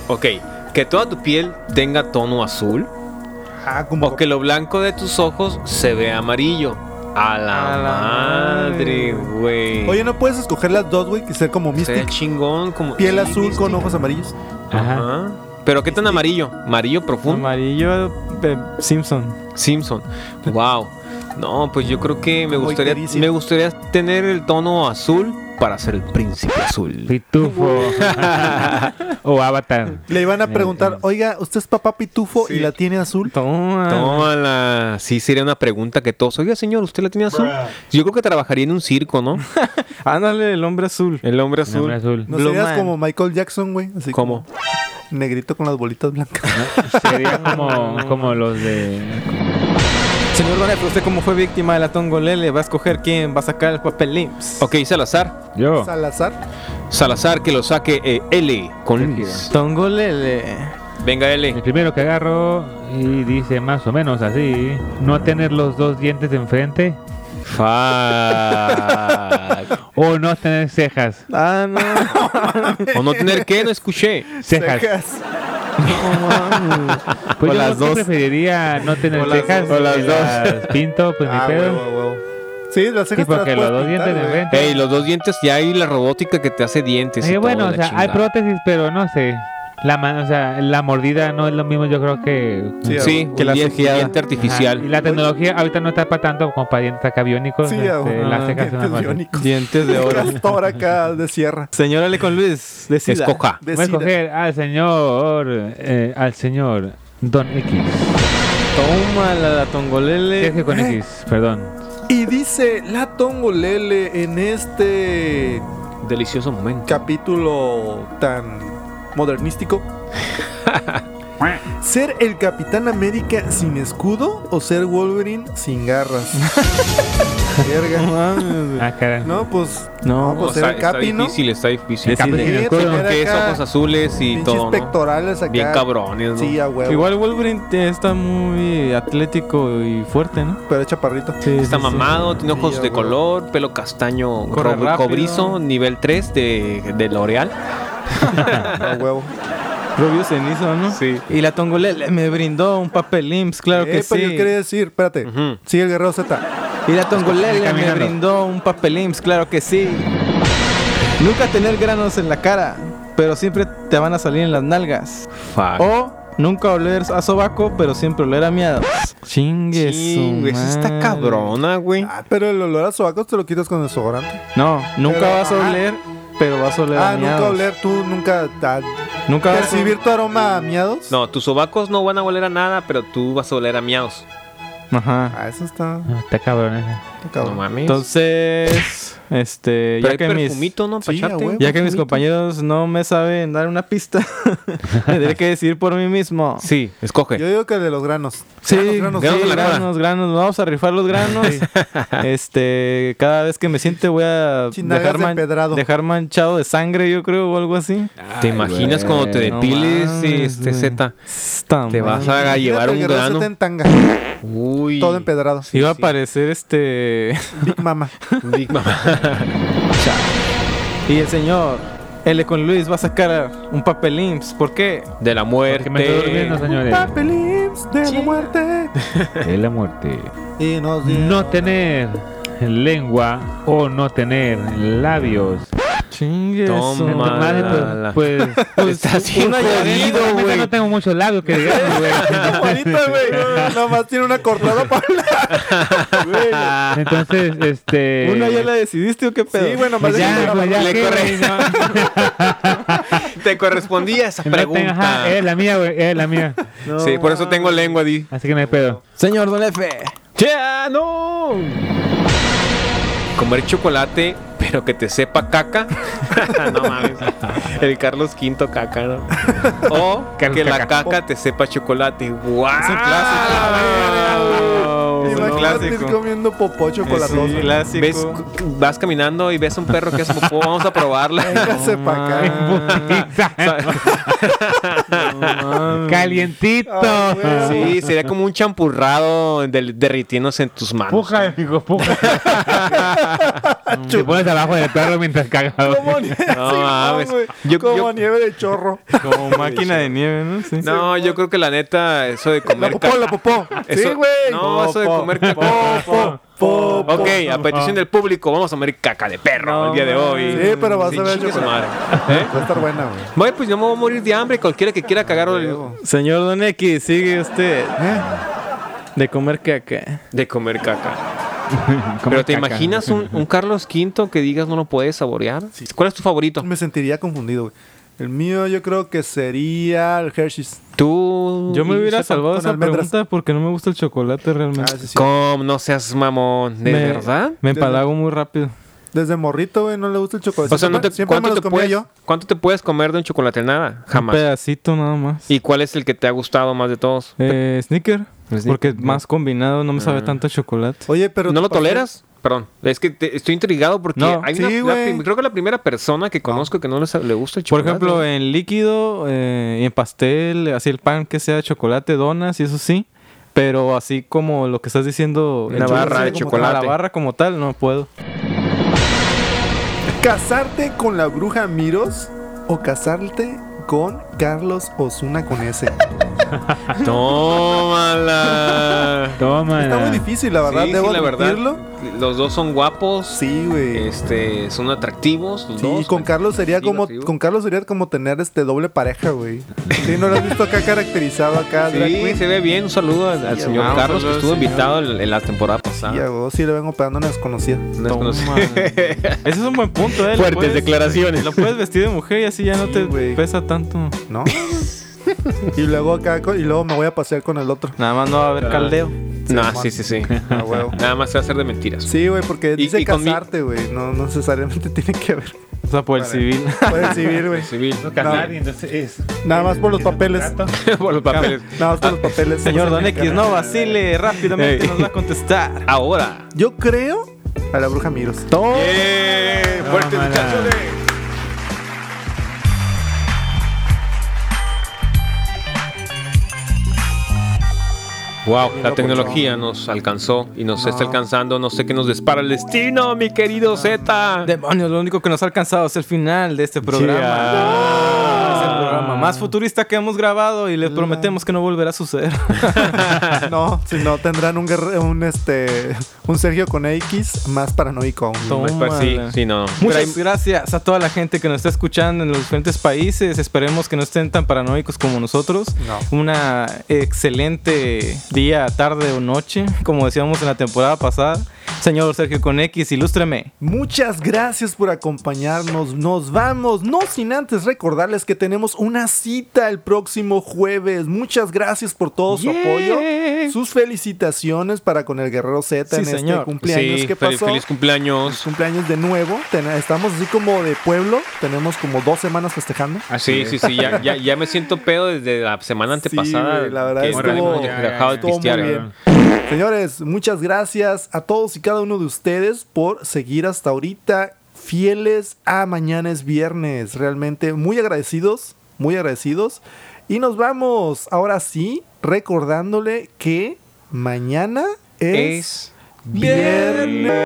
Ok, que toda tu piel tenga tono azul. Ajá, Ah, como. O que lo blanco de tus ojos se ve amarillo. A la, A la madre. madre, güey. Oye, ¿no puedes escoger las dos, güey? Y ser como Sería Mystic. chingón como Piel sí, azul con mística. ojos amarillos. Ajá. Ajá. Pero qué tan amarillo? Amarillo profundo. Amarillo eh, Simpson. Simpson. Wow. No, pues yo creo que me Muy gustaría carísimo. me gustaría tener el tono azul para ser el príncipe azul. Pitufo. o Avatar. Le iban a Eh, eh. preguntar, oiga, ¿usted es papá pitufo y la tiene azul? Toma. Tómala. Sí, sería una pregunta que todos. Oiga, señor, ¿usted la tiene azul? Yo creo que trabajaría en un circo, ¿no? Ándale, el hombre azul. El hombre El hombre azul. azul. No Blue serías Man. como Michael Jackson, güey. Así ¿Cómo? como Negrito con las bolitas blancas. Sería como, como los de. Señor Bonef, usted como fue víctima de la tongolele, va a escoger quién va a sacar el papel IMSS. Ok, Salazar. Yo. Salazar. Salazar que lo saque eh, L con Luis. Tongolele. Venga, L. El primero que agarro y dice más o menos así: No tener los dos dientes de enfrente Fuck. o no tener cejas. Ah, no. o no tener que, no escuché. Cejas. Secas. Pues O yo las creo que dos. preferiría no tener O las cejas. dos. O las las dos. Pinto, pues Ah, mi pedo. huevo, huevo. Sí, las Sí, cejas te las porque los puedes pintar, dos dientes de güey. enfrente. Ey, los dos dientes, ya hay la robótica que te hace dientes. y Eh, todo, bueno, o la sea, hay chingada. prótesis, pero no sé. La, ma- o sea, la mordida no es lo mismo, yo creo que. Sí, a Sí, huevo. que Que la la diente, cejeada. diente artificial. Ajá, Y la tecnología ahorita no está para tanto como para dientes acá biónicos. Sí, este, a huevo. las cejas son Dientes una cosa. biónicos. Dientes de oro. Castor acá de sierra. Señor con Luis, decida. Escoja. De Voy a sida. escoger al señor, eh, al señor Don X. Tómala, la ¿Qué es tongolele. que con eh. X? Perdón. Y dice la Tongolele en este Delicioso momento. capítulo tan modernístico. ¿Ser el Capitán América sin escudo o ser Wolverine sin garras? Verga. No mames, Ah, caray. No, pues No, pues era el está Capi, ¿no? difícil, está difícil. El Capi Sí, sin escudo. porque Era es acá ojos azules y pinches todo, ¿no? pectorales acá. Bien cabrones, ¿no? Sí, a huevo. Igual Wolverine eh, está muy atlético y fuerte, ¿no? Pero chaparrito. Sí, Está sí, sí. mamado, tiene ojos Sí, de a huevo. color, pelo castaño Corre robo- rápido. cobrizo, nivel 3 de, de L'Oreal. A huevo. Rubio cenizo, ¿no? Sí. Y la tongolele me brindó un papel IMSS, claro Eh, que pero yo sí. quería decir, espérate. Ujú. Sigue el guerrero Z. Y la tongolele me Caminando. brindó un papel IMSS, claro que sí. Nunca tener granos en la cara, pero siempre te van a salir en las nalgas. Fuck. Oh, O nunca oler a sobaco, pero siempre oler a miados. Chingue Chingue, esa está cabrona, güey. Ah, pero el olor a sobacos te lo quitas con desodorante. No, nunca Pero- vas a ajá. oler, pero vas a oler Ah, a miados. nunca oler tú, nunca ah, Nunca vas a percibir tu aroma a miados. No, tus sobacos no van a oler a nada, pero tú vas a oler a miaos. Ajá. Ah, eso está, No, Está cabrón. ¿eh? ese. está No cabrón. mames. Entonces, este, pero ya hay que mis perfumito, ¿no? Sí, a Pachate. huevo. ya que mis compañeros no me saben dar una pista, tendré que decir por mí mismo. Sí, escoge. Yo digo que el de los granos. Sí, Granos, granos, sí, granos en la cara. granos, granos, vamos a rifar los granos. este, cada vez que me siente voy a Sin nalgas dejar, de man- pedrado. dejar manchado de sangre, yo creo, o algo así. ¿Te imaginas cuando te no depiles, mames, este güey. Z? Está Te mal. vas a llevar Imagínate el un guerrero grano. Z en tanga, Uy. todo empedrado. Iba a aparecer este Big Mama. Big Mama. y el señor L con Luis va a sacar un papel IMSS. ¿Por qué? De la Porque me estoy durmiendo, muerte. señores. Papelims de la muerte. Es la muerte. Y nos dio- No tener lengua o no tener labios. Chingue su Toma. madre. Madre, la- pues, pues, Estás bien una jodido, llorera, realmente güey. no tengo muchos labios que digamos, güey. Ahorita, güey. Nomás tiene una cortada para Entonces, este. ¿Una ya la decidiste o qué pedo? Sí, bueno, más pues ya, pues ya Le que, corre- güey, no. Te correspondía esa No tengo- ajá, pregunta. es la mía, güey, es la mía. Sí, por eso tengo lengua, Di. Así que no hay pedo. Señor Don F. ah, ¡Ya, no! Comer chocolate, pero que te sepa caca. no mames. El Carlos V caca, ¿no? O Carlos que la caca. caca te sepa chocolate. ¡Guau! clásico. No, Imagínate Martín clásico. comiendo popó chocolatoso. Sí, clásico. Ves- c- vas caminando y ves un perro que es popó, vamos a probarla. Véngase pa' acá. Calientito. Ah, güey. Sí, sería como un champurrado del- derritiéndose en tus manos. Puja, amigo, puja. Te pones abajo del perro mientras cagas. Como nieve, No sí, mames. güey. Yo- como yo- nieve de chorro. Como máquina de nieve, ¿no? Sí. No, yo creo que la neta, eso de La comer. popó, caca- la popó. Eso- sí, güey. No, eso de Popó, comer caca- popó, popó. Ok, a petición del público, vamos a comer caca de perro el día de hoy. Ah. Sí, pero vas a ver chingue su chocolate. madre. ¿Eh? Va a estar buena, güey. Bueno, pues yo me voy a morir de hambre. Cualquiera que quiera cagar o- Señor Don X, sigue usted ¿Eh? de comer caca. de comer caca. Pero ¿te imaginas un, un Carlos V que digas no lo puedes saborear? ¿Cuál es tu favorito? Me sentiría confundido, güey. El mío yo creo que sería el Hershey's. Tú. Yo me hubiera salvado con esa almendras. pregunta porque no me gusta el chocolate realmente. Ah, sí, sí. ¿Cómo? No seas mamón. ¿De Me- verdad? Me empalago muy rápido. Desde morrito, güey, no le gusta el chocolate. O sea, Pues no Siempre- te, siempre me ¿cuánto, los te comía puedes, yo. ¿cuánto te puedes comer de un chocolate? Nada, Un jamás. pedacito nada más. ¿Y cuál es el que te ha gustado más de todos? Eh, sneaker, Snicker, porque más combinado no me Ah. sabe tanto a chocolate. Oye, pero. ¿No tu lo pastel- toleras? Perdón, es que te- estoy intrigado porque No. hay Sí, una, la güey. prim- creo que la primera persona que conozco que no les- le, gusta el Por chocolate. ejemplo, eh, en líquido eh, y en pastel, así el pan que sea de chocolate, donas y eso sí. Pero así como lo que estás diciendo, el Una chocolate, barra de como- chocolate. La barra como tal, no puedo. ¿Casarte con la bruja Miros o casarte con Carlos Osuna con ese? tómala. Toma. Está muy difícil, la verdad. Sí, Debo sí, la verdad. admitirlo. Los dos son guapos. Sí, güey. Este, son atractivos. Los Sí, dos. con Carlos sería Digo, como sí, güey. con Carlos sería como tener este doble pareja, güey. Sí, no lo has visto acá caracterizado acá. drag Sí, queen? se ve bien. Un saludo al, al Sí, señor vamos, Carlos que saludos, estuvo señor. invitado en, en la temporada pasada. Y a vos sí le vengo pegando una desconocida. No es conocido. Toma. Ese es un buen punto, eh. lo Fuertes Pues, puedes- declaraciones. Lo puedes vestir de mujer y así ya no Sí, te güey. pesa tanto. ¿No? y luego acá co- y luego me voy a pasear con el otro. Nada más no va a haber caldeo. No, sí, sí, sí. Ah, huevo. Nada más se va a hacer de mentiras. Sí, güey, porque Y- dice y con mi- casarte, güey. No, no necesariamente tiene que ver. O sea, por el civil. Puede recibir, güey. Civil. casar, y entonces Nada más por los papeles. Por los papeles. Nada más por los Ah, papeles. Señor Don X, no vacile, rápidamente Ey. nos va a contestar. Ahora. Yo creo a la bruja Miros. ¡Eh! ¡Fuerte, Tómala. muchachos! Wow, la tecnología nos alcanzó y nos está alcanzando. No sé qué nos dispara el destino, mi querido Z. Demonios, lo único que nos ha alcanzado es el final de este programa. ah. Es el programa más futurista que hemos grabado y les prometemos que no volverá a suceder. No, si no tendrán un guerre- un este un Sergio con X más paranoico aún. Pues sí, Tómala. sí, no. Muchas gracias a toda la gente que nos está escuchando en los diferentes países. Esperemos que no estén tan paranoicos como nosotros. Una excelente día, tarde o noche, como decíamos en la temporada pasada. Señor Sergio con X, ilústreme. Muchas gracias por acompañarnos. Nos vamos, no sin antes recordarles que tenemos una cita el próximo jueves. Muchas gracias por todo su apoyo, sus felicitaciones para con el Guerrero Z Sí, en señor. este cumpleaños Sí, que fel- pasó. Feliz cumpleaños. cumpleaños de nuevo. Ten- estamos así como de pueblo. Tenemos como dos semanas festejando. Ah, sí, sí, sí, ya, ya, ya me siento pedo desde la semana Sí, antepasada. güey, la verdad que estuvo- habíamos dejado de estuvo muy pistear, bien. ¿verdad? Señores, muchas gracias a todos y cada uno de ustedes por seguir hasta ahorita fieles a mañana es viernes. Realmente muy agradecidos, muy agradecidos. Y nos vamos ahora sí recordándole que mañana es, Es viernes.